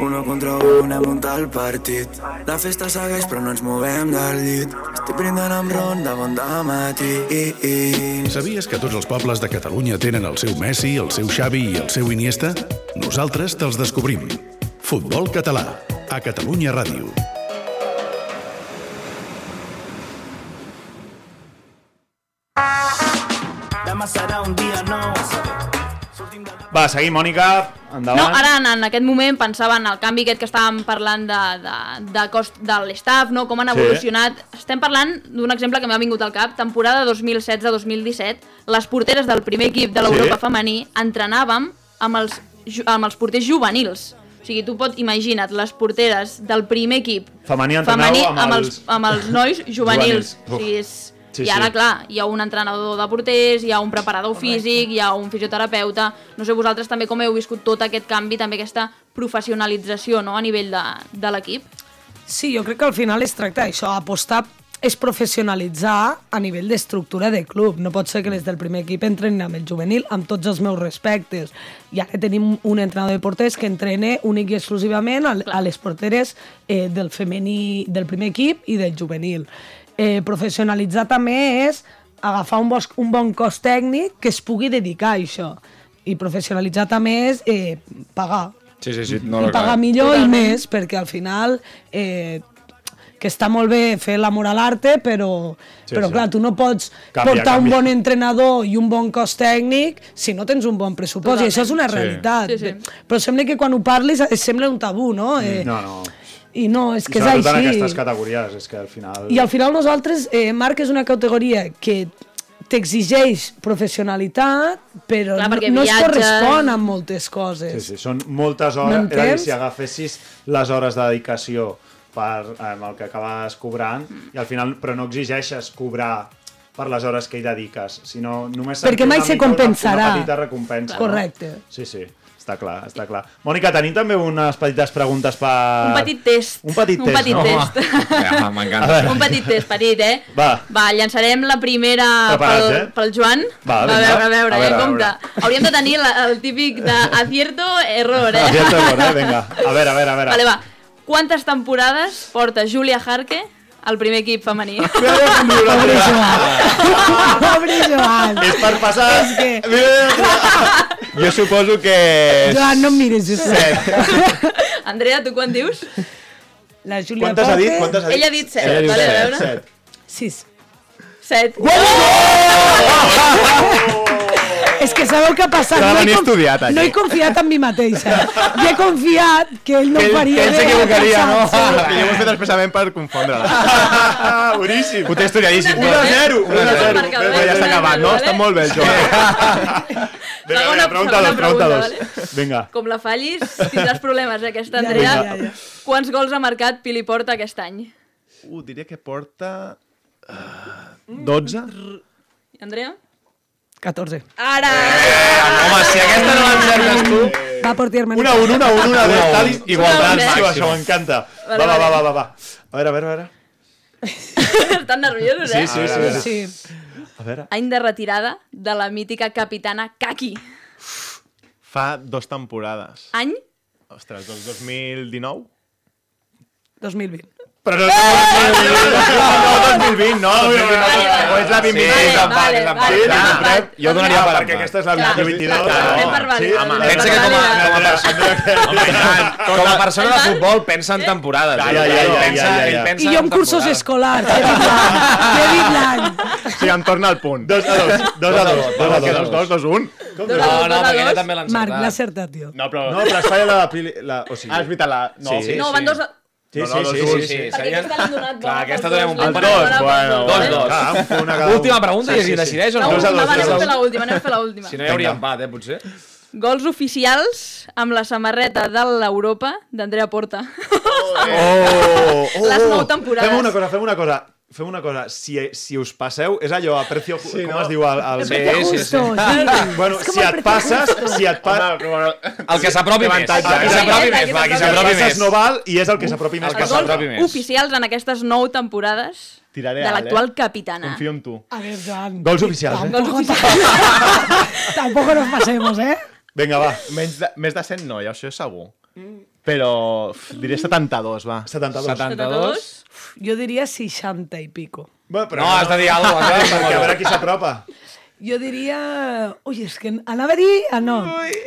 M: Uno contra un, anem a muntar el partit. La festa segueix, però no ens movem del llit. Estic brindant amb ron de bon dematí. I, i.
E: Sabies que tots els pobles de Catalunya tenen el seu Messi, el seu Xavi i el seu Iniesta? Nosaltres te'ls descobrim. Futbol català, a Catalunya Ràdio.
N: Demà serà un dia nou.
F: Va, seguim, Mònica, endavant.
H: No, ara en, en aquest moment pensava en el canvi aquest que estàvem parlant de, de, de cost de l'estaf, no? com han
O: Sí.
H: evolucionat. Estem parlant d'un exemple que m'ha vingut al cap, temporada 2016-2017, les porteres del primer equip de l'Europa
O: Sí.
H: femení entrenàvem amb els, ju- amb els porters juvenils. O sigui, tu pot, imagina't, les porteres del primer equip
F: Femení entrenau
H: femení
F: amb,
H: amb els, amb els nois juvenils.
F: Juvenils.
H: O sigui, és...
F: Sí,
H: Sí, I ara,
F: sí.
H: clar, hi ha un entrenador de porters, hi ha un preparador físic, hi ha un fisioterapeuta... No sé vosaltres també com heu viscut tot aquest canvi, també aquesta professionalització no? a nivell de, de l'equip.
J: Sí, jo crec que al final es tracta d'això, apostar és professionalitzar a nivell d'estructura de club. No pot ser que les del primer equip entrenin amb el juvenil, amb tots els meus respectes. I ara tenim un entrenador de porters que entrena únic i exclusivament al- a les porteres eh, del femení, del primer equip i del juvenil. Eh, professionalitzar també és agafar un, bosc, un bon cos tècnic que es pugui dedicar a això. I professionalitzar també és eh, pagar,
G: Sí, sí, sí. No,
J: i
G: clar.
J: pagar millor i més, perquè al final eh, que està molt bé fer l'amor a l'arte, però,
F: Sí,
J: sí, però
F: sí.
J: clar, tu no pots
F: Canvia,
J: canvia, portar
F: canvia.
J: canvia. un bon entrenador i un bon cos tècnic si no tens un bon pressupost, i això és una
F: Sí.
J: realitat.
F: Sí,
J: sí. Però sembla que quan ho parlis et sembla un tabú, no? Eh,
F: Mm, No, no.
J: I no, és que
F: I
J: és
F: sobretot en
J: així.
F: aquestes categories, és que al final...
J: I al final nosaltres, eh, Marc és una categoria que t'exigeix professionalitat, però
H: Clar,
J: no,
H: perquè
J: no es
H: viatges-
J: correspon amb moltes coses.
F: Sí, sí, són moltes hores. És a dir,
J: M'entens?
F: si agafessis les hores de dedicació per amb el que acabes cobrant, i al final, però no exigeixes cobrar per les hores que hi dediques, sinó només...
J: Perquè
F: sentir
J: mai
F: una
J: se
F: mica una-
J: compensarà.
F: Una petita recompensa.
J: Correcte.
F: No? Sí, sí, està clar, està clar. Mònica, tenim també unes petites preguntes per...
H: Un petit test.
F: Ah, Un petit
H: Un
F: test,
H: petit
F: no?
H: test.
G: Ja,
F: A
G: M'encanta.
F: veure.
H: un petit test, petit, eh?
F: Va,
H: Va, llançarem la primera
F: Preparats,
H: pel,
F: eh?
H: pel Joan.
F: Va,
H: a
F: vinga.
H: veure, a veure,
F: A
H: eh?
F: veure, a
H: Compte. Hauríem de tenir la, el típic de acierto, error, eh?
F: aviat error, eh? Vinga, a veure, a veure, a veure.
H: Vale, va. Quantes temporades porta Julia Harke al primer equip femení?
J: Pobre Joan. Pobre Joan.
F: És per passar...
J: És que...
I: Jo suposo que...
J: Joan, no em miris, Josep.
H: Andrea, tu quan dius?
J: La Júlia
F: Quantes ha dit? Quantes ha dit?
H: Ella ha dit set,
F: Ella ha dit
H: vale,
F: set,
H: a veure.
F: set.
J: Sis.
H: Set.
J: És que sabeu què ha passat?
I: S'ha de
J: he
I: venir
J: con-
I: estudiat, aquí.
J: no he confiat en mi mateixa. I he confiat que ell no
I: Que
J: ho
I: ell-
J: faria
I: que ell
J: bé.
I: s'equivocaria, no?
J: Sí.
I: Que jo ho he fet expressament per confondre-la.
F: Ah, boníssim.
I: Ho té estudiadíssim.
F: Un a zero, un a zero.
H: eh? Marcador,
I: Però ja
H: un a
I: s'ha acabat,
H: zero,
I: no?
H: vale?
I: Està molt bé el joc.
F: Vinga,
H: Segona-
F: vinga, pregunta
H: segona
F: dos, pregunta
H: pregunta,
F: dos. Vinga.
H: Com la fallis, tindràs problemes, eh, aquesta,
J: Ja,
H: Andrea.
J: ja, ja, ja.
H: Quants gols ha marcat Pili Porta aquest any?
I: Uh, diria que porta... eh, 12?
H: Andrea?
J: 14.
H: Ara!
G: Home, si aquesta no l'encertes tu...
J: Va, portier,
F: Una a una, una a una, de
G: Una a
F: tal
G: una.
F: igualtat,
H: Una a una.
F: tio, això m'encanta. Va,
H: Vale,
F: va, va,
H: vale.
F: va, va, va. A veure, a veure, a veure.
H: Estan nerviosos, eh?
F: Sí, sí, sí.
J: Sí.
F: A veure.
H: Any de retirada de la mítica capitana Kaki.
I: Fa Ah, dos temporades.
H: Any?
I: Ostres, doncs 2019?
J: 2020.
F: Però no, no, no, 2020, no,
I: O és la 2020?
H: Vale, vale, vale,
I: Sí,
H: vale,
I: no,
H: vale.
I: jo donaria
F: Ah,
I: per
F: perquè
I: empat.
F: aquesta és la
H: Clar,
F: 2022.
H: clar,
F: no?
H: anem per vàlid,
F: Sí,
H: anem
F: home,
H: per
F: pensa que
H: vàlid.
F: com a...
H: Vale,
F: com a persona...
G: Com a persona de futbol pensa en temporades.
F: Ja,
G: eh?
F: ja, ja,
G: Ell
F: ja,
G: pensa-
F: ja, ja.
G: ell pensa
J: I jo
G: en
J: amb cursos
G: temporades.
J: escolars. He dit l'any. He dit l'any.
I: Sí, em torna al punt.
F: Dos a dos, dos a dos, dos a
I: Que dos,
F: dos.
I: dos, dos, un.
H: Dos a dos,
G: No, no,
H: dos a
G: perquè ella
H: dos.
G: també l'ha
J: Marc, l'ha
G: encertat.
J: acertat, tio.
I: No, però...
F: No, però es falla la... pili- la- O sigui...
I: Ah, és veritat, la... No,
F: Sí, sí.
H: No, van dos a-
F: Sí,
I: No,
F: sí,
I: no,
F: sí,
I: dos,
F: sí,
I: un.
F: sí.
H: Perquè aquesta l'han donat
G: Clar,
H: bona
G: aquesta
H: pels
G: donem un
H: dos,
G: punt
H: l'han
I: per
H: donat
I: dos,
H: bona pels
I: bueno,
G: Dos, dos.
F: Ah, un punt a cada un.
G: Última pregunta i
F: Sí,
G: es
F: sí, sí.
G: decideix o
H: La
G: no?
F: Dos a
H: última,
F: dos,
H: va, anem
F: dos a
H: a fer
F: dos.
H: l'última, anem a fer l'última.
G: Si no hi hauria
F: Vinga.
G: empat, eh, potser?
H: Gols oficials amb la samarreta de l'Europa d'Andrea Porta.
F: Oh, oh,
H: Les nou
F: oh.
H: temporades.
F: Fem una cosa, fem una cosa. Fem una cosa, si, si us passeu, és allò a precio... Sí, com
I: no?
F: es diu? Al, al...
G: Sí,
J: Precio
G: sí,
J: justo,
G: sí.
J: sí.
F: Bueno,
J: És com
F: si
J: el
F: et
J: precio
F: passes, si et passes...
I: Home, però, bueno,
G: El que s'apropi més. El
I: avantatge,
G: que
F: eh?
G: s'apropi
H: El que
G: més, va, qui
H: s'apropi
G: s'apropi
F: passes
G: més.
F: no val i és el que s'apropi més
G: el
F: que
G: que
F: s'altra.
G: s'apropi més.
H: oficials en aquestes nou temporades
I: Tiraré
H: de
I: alt,
H: l'actual
I: eh?
H: capitana.
I: Confio en tu.
J: A ver, Joan.
F: Gols oficials, eh?
J: Tampoco, tampoco nos pasemos, eh?
F: Vinga, va.
I: Menys de, més de 100 no, ja això és segur. Però uf, diré 72, va.
F: 72.
G: 72.
J: Jo diria 60 i pico.
F: Bueno, però
G: No, has de dir alguna cosa. has de dir
F: Perquè a veure
G: alguna
F: qui s'apropa.
J: Jo diria... Ui, és que anava a dir... Ah, no.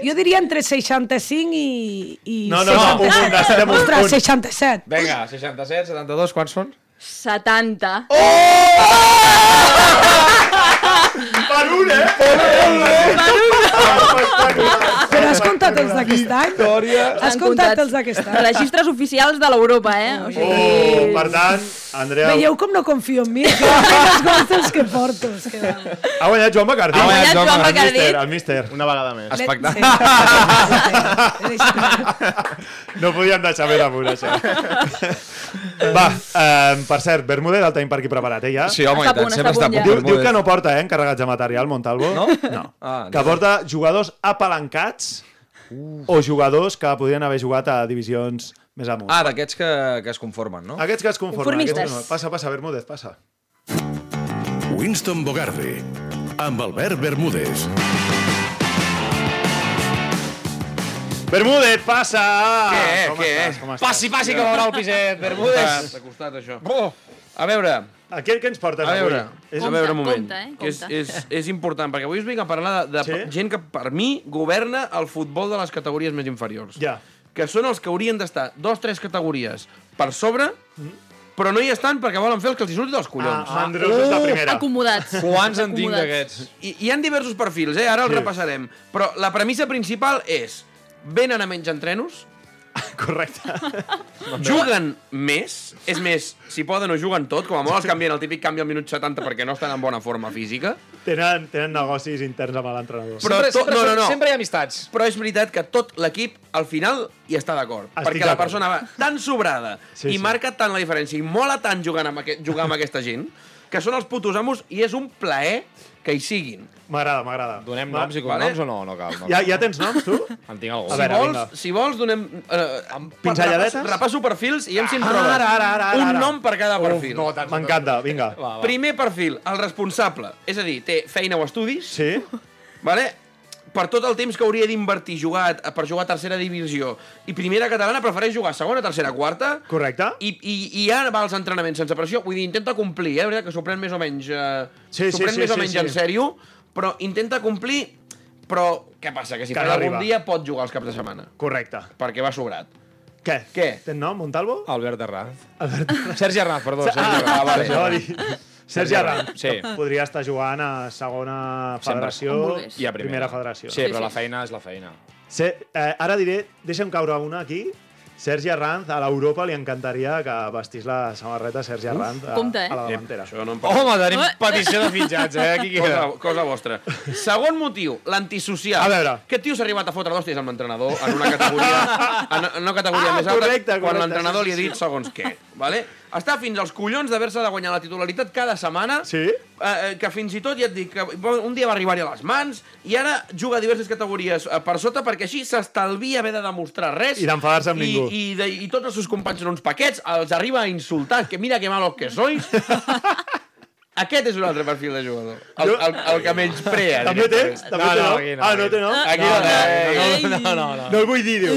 J: Jo diria entre 65 i... i
F: No, no, no, un punt, necessitem un
J: Ostres,
F: punt.
J: 67.
G: Vinga, 67, 72, quants són?
H: 70.
F: Per un, eh? Per un, eh?
J: Però has comptat els d'aquest any? Has
H: Estan
J: comptat
H: comptats.
J: els d'aquest any?
H: Registres oficials de l'Europa, eh? O sigui,
F: Oh, per tant, Andrea...
J: Veieu com no confio en mi? Que els gols dels que porto. És que...
F: Ha guanyat Joan Bacardí.
G: Ha guanyat
H: guanyat Joan
G: Joan
F: El míster,
H: Bacardit.
F: el míster.
I: Una vegada més.
G: Espectacle.
I: Ah,
F: No podíem deixar bé damunt, això. Va, eh, per cert, Bermúdez el tenim per aquí preparat, eh, ja?
G: Sí, home,
H: Està a
G: i tant,
H: punt,
G: sempre
H: està a
G: està a
H: punt,
G: punt.
H: ja.
F: Diu, diu que no porta, eh, encarregats de material, Montalvo.
G: No?
F: No.
G: Ah,
F: que porta jugadors apalancats o jugadors que podien haver jugat a divisions més amunt.
G: Ah, d'aquests que, que es conformen, no?
F: Aquests que es conformen.
H: Conformistes.
F: Aquests, que no. passa, passa, Bermúdez, passa.
E: Winston Bogarde, amb Albert Bermúdez.
F: Bermúdez, passa!
G: Què,
F: Com
G: què?
F: estàs, com estàs?
G: Passi, passi, que veurà el piset, Bermúdez. T'ha costat, això. Oh, a veure,
F: Aquell que ens portes
G: A veure,
F: avui. És...
N: a veure un moment,
H: compte, eh?
N: que és,
H: Compte.
N: és, és important, perquè avui us vinc a parlar de, de
F: Sí?
N: gent que, per mi, governa el futbol de les categories més inferiors.
F: Ja.
N: Que són els que haurien d'estar dos, tres categories per sobre, però no hi estan perquè volen fer el que els hi surti dels collons.
F: Ah, Andreus és la primera.
H: acomodats.
G: quants en tinc
H: Acomodats.
G: d'aquests?
N: I, hi han diversos perfils, eh? ara els repassarem. Però la premissa principal és venen a menys entrenos,
F: Correcte.
N: juguen més, és més, si poden ho juguen tot, com a molt els canvien el típic canvi al minut 70 perquè no estan en bona forma física.
F: Tenen, tenen negocis interns amb l'entrenador.
N: Però
F: Sempre-
N: to-
F: sempre-
N: no, no, no.
F: sempre
N: hi ha amistats. Però és veritat que tot l'equip al final hi està d'acord.
F: Estic
N: Perquè la
F: d'acord.
N: persona va tan sobrada
F: Sí,
N: sí, i
F: sí.
N: marca tant la diferència i mola tant jugar amb, aquest, jugar amb aquesta gent que són els putos amos i és un plaer que hi siguin.
F: M'agrada, m'agrada.
N: Donem
F: noms i cognoms o
N: no? No cal.
F: Ja, ja tens noms, tu?
N: En tinc
F: A
N: algú. Si,
F: veure,
N: vols,
F: vinga.
N: si vols, donem... Eh,
F: Pinzelladetes?
N: Repasso, repasso perfils i em si em
F: Ah,
N: trobes.
F: ara, ara, ara, ara,
N: Un
F: ara.
N: nom per cada
F: Uf,
N: perfil.
F: no, tant, M'encanta, vinga.
N: Va. Primer perfil, el responsable. És a dir, té feina o estudis.
F: Sí.
N: Vale? Per tot el temps que hauria d'invertir jugat per jugar a tercera divisió i primera catalana, prefereix jugar a segona, tercera, quarta.
F: Correcte.
N: I, i, i ara va als entrenaments sense pressió. Vull dir, intenta complir, eh? De veritat que s'ho pren més o menys... Eh,
F: Sí,
N: s'ho
F: sí,
N: pren
F: sí,
N: més o
F: sí,
N: menys
F: sí.
N: en sèrio, però intenta complir, però què passa? Que si
F: Que
N: fa
F: no
N: algun
F: arriba.
N: dia pot jugar els caps de setmana.
F: Correcte.
N: Perquè va sobrat.
F: Què?
N: Què?
F: Tens nom, Montalvo?
L: Albert Arranz. Sergi Arranz, perdó.
F: Ah,
L: Sergi Arranz.
F: vale,
L: Sergi
F: anava a
L: Arranz.
F: dir. Sergi Arran.
L: Sí.
F: Podria estar jugant a segona federació,
L: I a primera.
F: federació.
L: Sí, però la feina és la feina.
F: Se, eh, ara diré, deixa'm caure una aquí. Sergi Arranz, a l'Europa li encantaria que vestís la samarreta Sergi Arranz a,
N: compte, eh?
F: a la davantera.
N: Això no em
L: Home, tenim petició de
F: fitxatge, eh? Aquí
N: cosa,
F: queda.
N: cosa vostra. Segon motiu, l'antisocial.
F: A veure.
N: Aquest tio s'ha arribat a fotre d'hòsties amb l'entrenador en una categoria, en, en una categoria
F: Ah,
N: més alta,
F: correcte,
N: quan
F: correcte,
N: l'entrenador
F: sí, sí,
N: li ha dit
F: sí.
N: segons què. Vale? Està fins als collons d'haver-se de guanyar la titularitat cada setmana,
F: sí?
N: eh, que fins i tot, ja et dic, que un dia va arribar-hi a les mans, i ara juga a diverses categories eh, per sota, perquè així s'estalvia haver de demostrar res.
F: I d'enfadar-se amb
N: i-
F: ningú.
N: I, de, I tots els seus companys són uns paquets, els arriba a insultar, que mira que malos que sois. Aquest és un altre perfil de jugador. El, el, el que menys prea.
F: També tens? També té nom? Ah, no té nom?
N: Aquí
F: No, no,
N: no, eh. no, no, no, no,
F: No el vull dir, diu.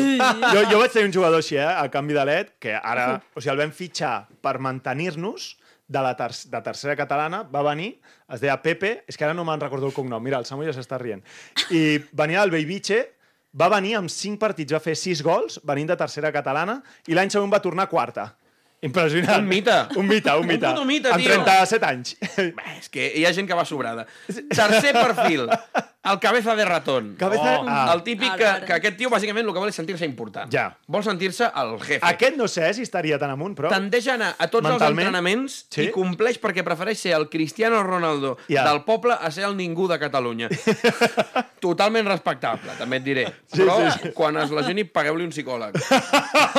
F: Jo, jo vaig tenir un jugador així, eh, a canvi de led, que ara... O sigui, el vam fitxar per mantenir-nos de la ter de tercera catalana, va venir, es deia Pepe, és que ara no me'n recordo el cognom, mira, el Samu ja s'està rient, i venia del Beibiche, va venir amb cinc partits, va fer sis gols, venint de tercera catalana, i l'any següent va tornar a quarta. Impressionant.
N: Un mite.
F: Un mite, un mite.
N: Un puto mite,
F: amb
N: tio.
F: 37 anys.
N: És que hi ha gent que va sobrada. Tercer perfil, el cabeza de ratón. Oh.
F: Cabeza- Ah.
N: El típic que, que aquest tio, bàsicament, el que vol és sentir-se important.
F: Ja.
N: Vol sentir-se el jefe.
F: Aquest no sé eh, si estaria tan amunt, però...
N: Tendeix a anar a tots els
F: Mentalment?
N: entrenaments
F: Sí?
N: sí? i compleix perquè prefereix ser el Cristiano Ronaldo
F: Ja.
N: del poble a ser el ningú de Catalunya. Totalment respectable, també et diré.
F: Sí,
N: Però
F: sí, sí.
N: quan es lesioni, pagueu-li un psicòleg. eh?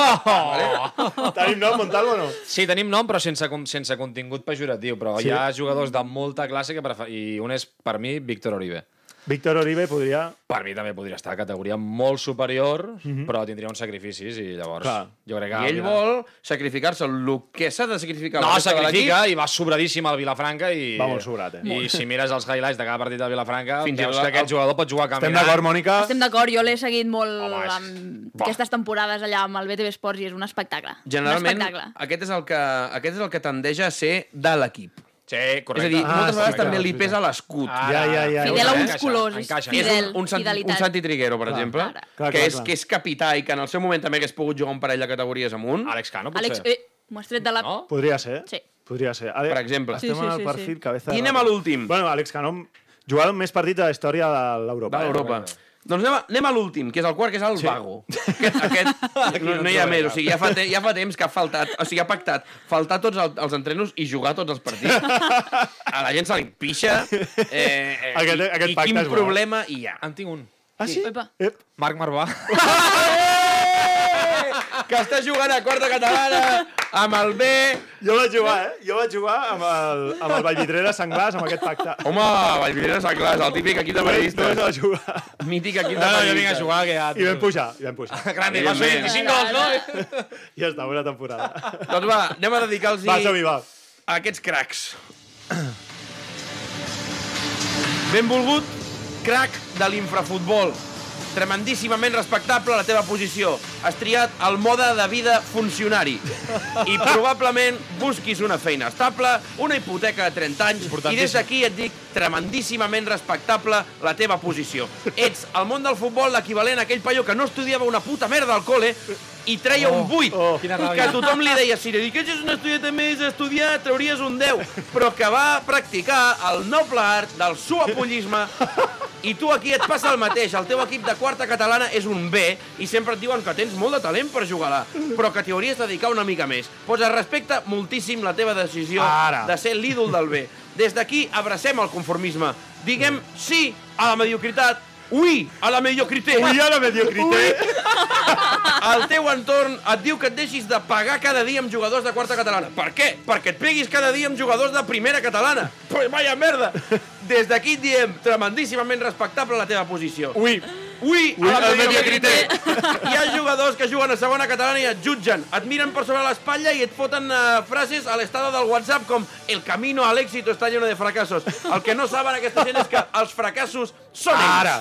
F: Oh. Tenim nom, Montalvo, no?
L: Sí, tenim nom, però sense, con- sense contingut pejoratiu. Però
F: Sí.
L: sí. hi ha jugadors de molta classe que prefer... I un és, per mi, Víctor Oribe.
F: Víctor Oribe podria...
L: Per mi també podria estar a categoria molt superior, però tindria uns sacrificis i llavors...
N: Clar.
L: Jo crec que...
N: I ell vol sacrificar-se el que s'ha de sacrificar.
L: No,
N: la resta de
L: sacrifica
N: l'equip.
L: i va sobradíssim al Vilafranca i...
F: Va molt sobrat, eh?
L: I si mires els highlights de cada partit del Vilafranca,
N: Fins
L: Fins
N: i
L: veus
N: tot
L: que aquest
N: el-
L: jugador pot jugar caminant.
F: Mònica?
H: Estem d'acord, jo l'he seguit molt amb aquestes temporades allà amb el BTV Esports i és un espectacle.
N: Generalment,
H: Un espectacle.
N: aquest és, el que, aquest és el que tendeix a ser de l'equip.
L: Sí,
N: És a dir,
L: Ah,
N: moltes vegades
L: correcte.
N: també li pesa l'escut.
F: Ja, ja, ja.
H: Fidel a uns
N: Encaixa,
H: colors, és
N: encaixa.
H: fidel,
N: És un, un, Santi, un
H: fidelitat.
N: Santi Triguero, per
F: Clar,
N: exemple,
F: clar, clar,
N: que,
F: clar,
N: és,
F: clar.
N: que és capità i que en el seu moment també hagués pogut jugar un parell de categories amunt.
L: Àlex Cano,
H: Àlex, eh, m'ho has tret de la... No?
F: Podria ser. eh?
H: Sí.
F: Podria ser.
N: Per exemple.
F: Estem
N: Sí, sí,
F: en
N: sí,
F: el perfil
N: sí.
F: cabeza...
N: I
F: de
N: anem
F: ratón.
N: a l'últim.
F: Bueno, Àlex Canom jugava més partits de la història de l'Europa.
N: De l'Europa. Doncs anem a, anem a l'últim, que és el quart, que és el sí. vago. Aquest, aquest no, no hi ha més, o sigui, ja fa, te, ja fa temps que ha faltat, o sigui, ha pactat faltar tots el, els entrenos i jugar tots els partits. A la gent se li pixa, eh, eh,
F: Aquest-
N: i,
F: aquest
N: i
F: pacte
N: quin
F: és bo.
N: problema hi ha.
L: En tinc un.
F: Ah, sí? Ep.
L: Marc Marbà.
N: que està jugant a quarta catalana amb el B.
F: Jo vaig jugar, eh? Jo vaig jugar amb el, amb el Vallvidrera Sant Glas, amb aquest pacte.
N: Home, eh? Vallvidrera Sant Glas, el típic equip de periodistes.
F: No, no, jugar.
N: Mític equip de
L: No, no, jo
N: periodistes.
L: vinc a jugar, que ja...
F: I vam pujar, i vam pujar.
L: Grande, va fer 25 gols, no?
F: Ja està, bona temporada.
N: Doncs va, anem a dedicar-los
F: Va, som-hi, va.
N: a aquests cracs. Benvolgut, crac de l'infrafutbol. Tremendíssimament respectable la teva posició. Has triat el mode de vida funcionari. I probablement busquis una feina estable, una hipoteca de 30 anys, i des d'aquí et dic tremendíssimament respectable la teva posició. Ets al món del futbol l'equivalent a aquell paio que no estudiava una puta merda al col·le i treia un 8,
L: oh. Quina
N: que
L: ràbia.
N: tothom li deia, si li dediquessis un estudiant més a estudiar, trauries un 10, però que va practicar el noble art del suapollisme i tu aquí et passa el mateix, el teu equip de quarta catalana és un B i sempre et diuen que tens tens molt de talent per jugar-la, però que t'hi hauries de dedicar una mica més. Doncs es respecta moltíssim la teva decisió
F: Ara.
N: de ser l'ídol del bé. Des d'aquí abracem el conformisme. Diguem sí a la mediocritat, Ui, a la mediocrité.
F: Ui, a la mediocrité.
N: Ui. El teu entorn et diu que et deixis de pagar cada dia amb jugadors de quarta catalana. Per què? Perquè et peguis cada dia amb jugadors de primera catalana. Pues vaya merda. Des d'aquí et diem tremendíssimament respectable la teva posició.
F: Ui.
N: Ui,
F: Ui,
N: a
F: a
N: la
F: la
N: mediocrité. Hi ha jugadors que juguen a segona catalana i et jutgen, et miren per sobre l'espatlla i et foten eh, frases a l'estada del WhatsApp com el camino al éxito está lleno de fracasos. El que no saben aquesta gent és que els fracassos són ells. Ara.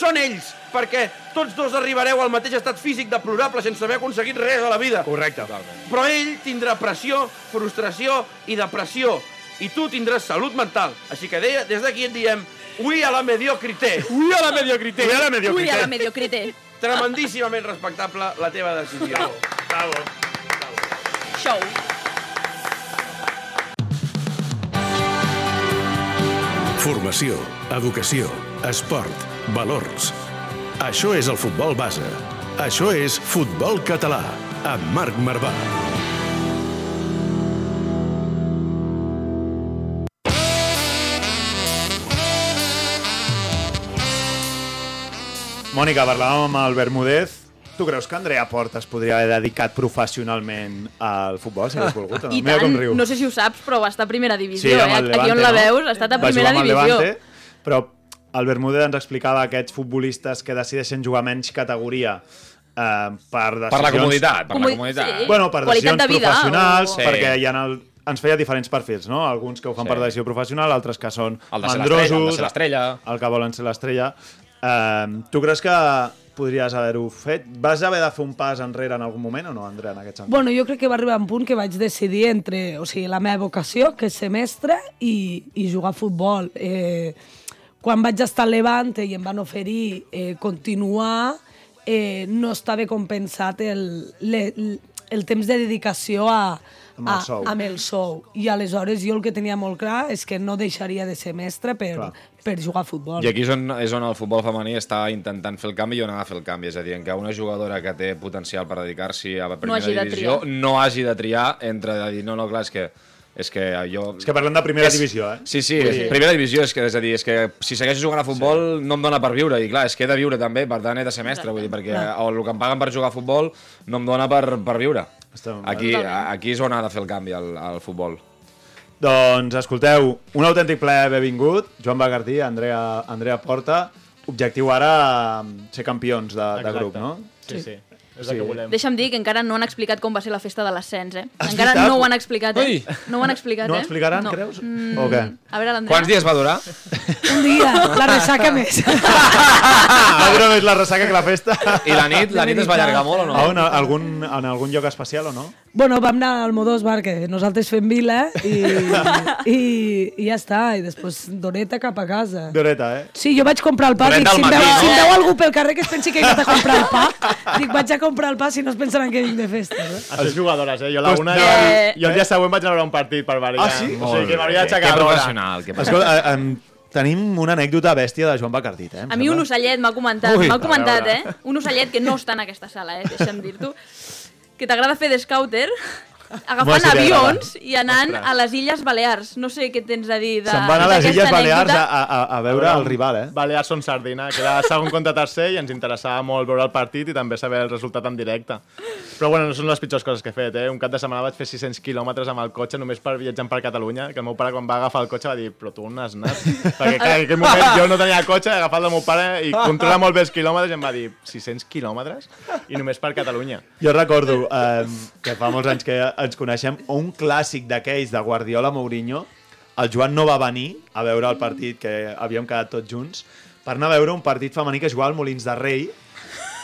N: Són ells, perquè tots dos arribareu al mateix estat físic deplorable sense haver aconseguit res a la vida.
F: Correcte.
N: Però ell tindrà pressió, frustració i depressió. I tu tindràs salut mental. Així que de- des d'aquí et diem ui a la mediocrité. Ui a la mediocrité. Ui a la
H: Ui, a la mediocrité.
N: Tremendíssimament respectable la teva decisió. Bravo, bravo.
H: Show.
E: Formació, educació, esport, valors. Això és el futbol base. Això és Futbol Català, amb Marc Marvà.
F: Mònica, parlàvem amb Albert Mudez. Tu creus que Andrea Porta es podria haver dedicat professionalment al futbol, si hagués volgut?
H: I
F: Mira com
H: tant,
F: riu.
H: no sé si ho saps, però va estar a primera divisió.
F: Sí,
H: eh?
F: amb el Levante,
H: Aquí on la
F: no?
H: veus, ha estat a
F: Va jugar
H: primera
F: amb el
H: divisió.
F: Levante, però Albert Mudez ens explicava aquests futbolistes que decideixen jugar menys categoria eh, per decisions...
L: comoditat, per la Comodi- comoditat. sí.
F: Bueno, per
L: Eh, Qualitat
F: decisions
L: de vida,
F: professionals,
L: o-
F: sí.
L: Sí.
F: perquè hi ha el, ens feia diferents perfils, no? Alguns que ho fan
L: Sí.
F: sí. per decisió professional, altres que són
L: El de ser
F: mandrosos...
L: l'estrella, el de ser l'estrella.
F: El que volen ser l'estrella. Eh, tu creus que podries haver-ho fet? Vas haver de fer un pas enrere en algun moment o no, Andrea, en aquest sentit?
J: Bueno, jo crec que va arribar un punt que vaig decidir entre o sigui, la meva vocació, que és ser mestre, i, i jugar a futbol. Eh, quan vaig estar al Levante i em van oferir eh, continuar, eh, no estava compensat el, le, el temps de dedicació a,
F: Amb el
J: a,
F: sou.
J: amb el sou. I aleshores jo el que tenia molt clar és que no deixaria de ser mestre per, per jugar a futbol.
L: I aquí és on, és on el futbol femení està intentant fer el canvi i on ha de fer el canvi. És a dir, en que una jugadora que té potencial per dedicar-s'hi a la primera
F: hagi de
L: divisió
F: triar.
L: no hagi de triar entre de dir, no, no, clar, és que és que jo... És
F: que parlem de primera divisió, eh?
L: Sí, sí,
F: Vull
L: sí,
F: dir-
L: primera divisió, és que, és a dir, és que si segueixo jugant a futbol sí. no em dona per viure, i clar, és que he de viure també, per tant he de ser mestre, vull dir, perquè
F: Clar.
L: el que em paguen per jugar a futbol no em dona per, per viure.
F: Estem-
L: Aquí,
F: Totalment.
L: aquí és on ha de fer el canvi, el, el futbol.
F: Doncs escolteu, un autèntic plaer haver vingut. Joan Bagardí, Andrea, Andrea Porta. Objectiu ara mm, ser campions de, de
I: Exacte.
F: grup, no?
I: Sí, sí. És el que volem.
H: Deixa'm dir que encara no han explicat com va ser la festa de l'ascens, eh?
F: Ah,
H: Encara no ho han explicat, eh?
L: Ui.
H: No ho han explicat,
F: No ho
H: eh? Mm,
F: explicaran, creus? O què?
H: A veure, l'Andrea.
L: Quants dies va durar?
J: Un dia, la ressaca més.
F: Ah, dura més la ressaca que la festa.
L: I la nit? La nit es va allargar molt o no?
F: A un, a algun, Ah, en algun lloc especial o no?
J: Bueno, vam anar al Modós Bar, que nosaltres fem vila, i, i, i ja està, i després Doneta cap a casa.
F: Doreta, eh?
J: Sí, jo vaig comprar el pa,
F: Doneta
J: dic, si
F: al
J: em, veu,
F: matí,
J: si em
F: no?
J: veu algú pel carrer que es pensi que he anat a comprar el pa, dic, vaig a comprar el pa si no es pensaran que vinc de festa. Eh?
I: A les jugadores, eh? Jo la
F: Pues
I: una...
F: no.
I: i- I
F: Eh.
I: el dia següent vaig anar a veure un partit per variar.
F: Ah, sí?
I: O sigui, que m'hauria d'aixecar
F: Escolta, eh, em, tenim una anècdota bèstia de Joan Bacardit, eh? em
H: A mi un
F: sembla.
H: ocellet m'ha comentat,
F: Ui.
H: m'ha comentat,
F: A
H: eh?
F: veure.
H: Un ocellet que no està en aquesta sala, eh? Deixa'm dir-t'ho. Que t'agrada fer de scouter, agafant
F: sí que m'agrada.
H: avions i anant
F: Ostres.
H: a les Illes Balears. No sé què tens a dir de
F: Se'n van a les
H: d'aquesta
F: Illes Balears a,
H: anècdota.
F: a, a- a veure el rival, eh?
I: Balears són sardina, que era segon contra tercer i ens interessava molt veure el partit i també saber el resultat en directe. Però bueno, no són les pitjors coses que he fet, eh? Un cap de setmana vaig fer 600 quilòmetres amb el cotxe només per viatjant per Catalunya, que el meu pare quan va agafar el cotxe va dir però tu on has anat? Perquè clar, en aquell moment jo no tenia cotxe, he agafat el meu pare i controla molt bé els quilòmetres i em va dir 600 quilòmetres i només per Catalunya.
F: Jo recordo eh, que fa molts anys que ens coneixem, un clàssic d'aquells de Guardiola Mourinho, el Joan no va venir a veure el partit que havíem quedat tots junts, per anar a veure un partit femení que jugava al Molins de Rei,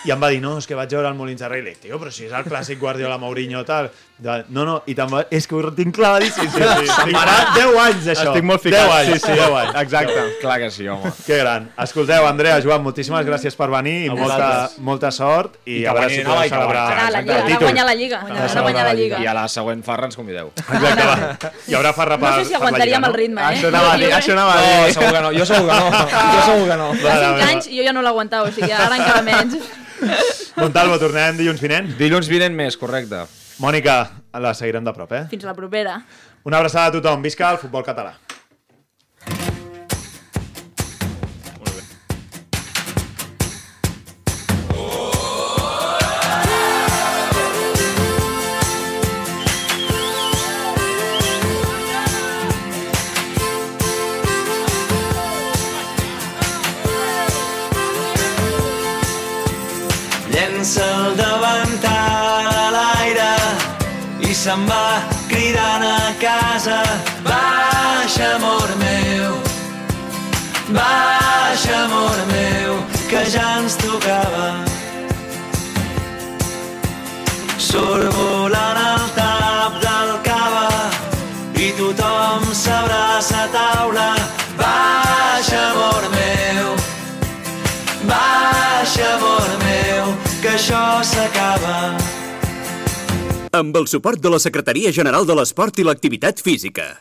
F: i em va dir, no, és que vaig veure el Molins de Rei. I li dic, tio, però si és el clàssic Guardiola Mourinho, tal. De- No, no, i te'n va... És que ho tinc clavadíssim. Sí, sí, sí. Farà 10 anys, això.
I: Estic molt ficat.
F: 10 anys,
I: Sí, sí.
F: 10 anys.
I: Exacte.
L: Clar que sí, home.
F: Que gran. Escolteu, Andrea, Joan, moltíssimes gràcies per venir i
L: A
F: molta,
L: vosaltres.
F: molta sort i,
L: que
F: a veure
L: guanyin,
F: si
L: no? I
F: podem
L: que guanyin.
F: celebrar.
H: Ara la
L: Exacte,
H: Lliga, ara
L: títol.
H: guanyar la Lliga. Ara guanyar la Lliga.
L: I a la següent farra ens convideu.
F: Exacte, va. Hi haurà farra
H: No sé si aguantaríem el ritme,
F: Ah,
H: eh?
L: Això anava a dir, això anava a dir.
I: eh,
L: No, segur que no, jo segur que no. Jo segur que no.
H: Fa 5 anys i jo ja no l'aguantava, o sigui, ara encara menys.
F: Montalvo, tornem dilluns vinent.
G: Dilluns vinent més, correcte.
F: Mònica, la seguirem de prop, eh?
H: Fins la propera.
F: Una abraçada a tothom. Visca el futbol català.
D: Llença el davantal a l'aire i se'n va cridant a casa. Baixa, amor meu, baixa, amor meu, que ja ens tocava. Surt volant al tap del cava i tothom s'abraça a taula. Baixa, amor meu, baixa, amor meu, que això s'acaba.
C: Amb el suport de la Secretaria General de l'Esport i l'Activitat Física.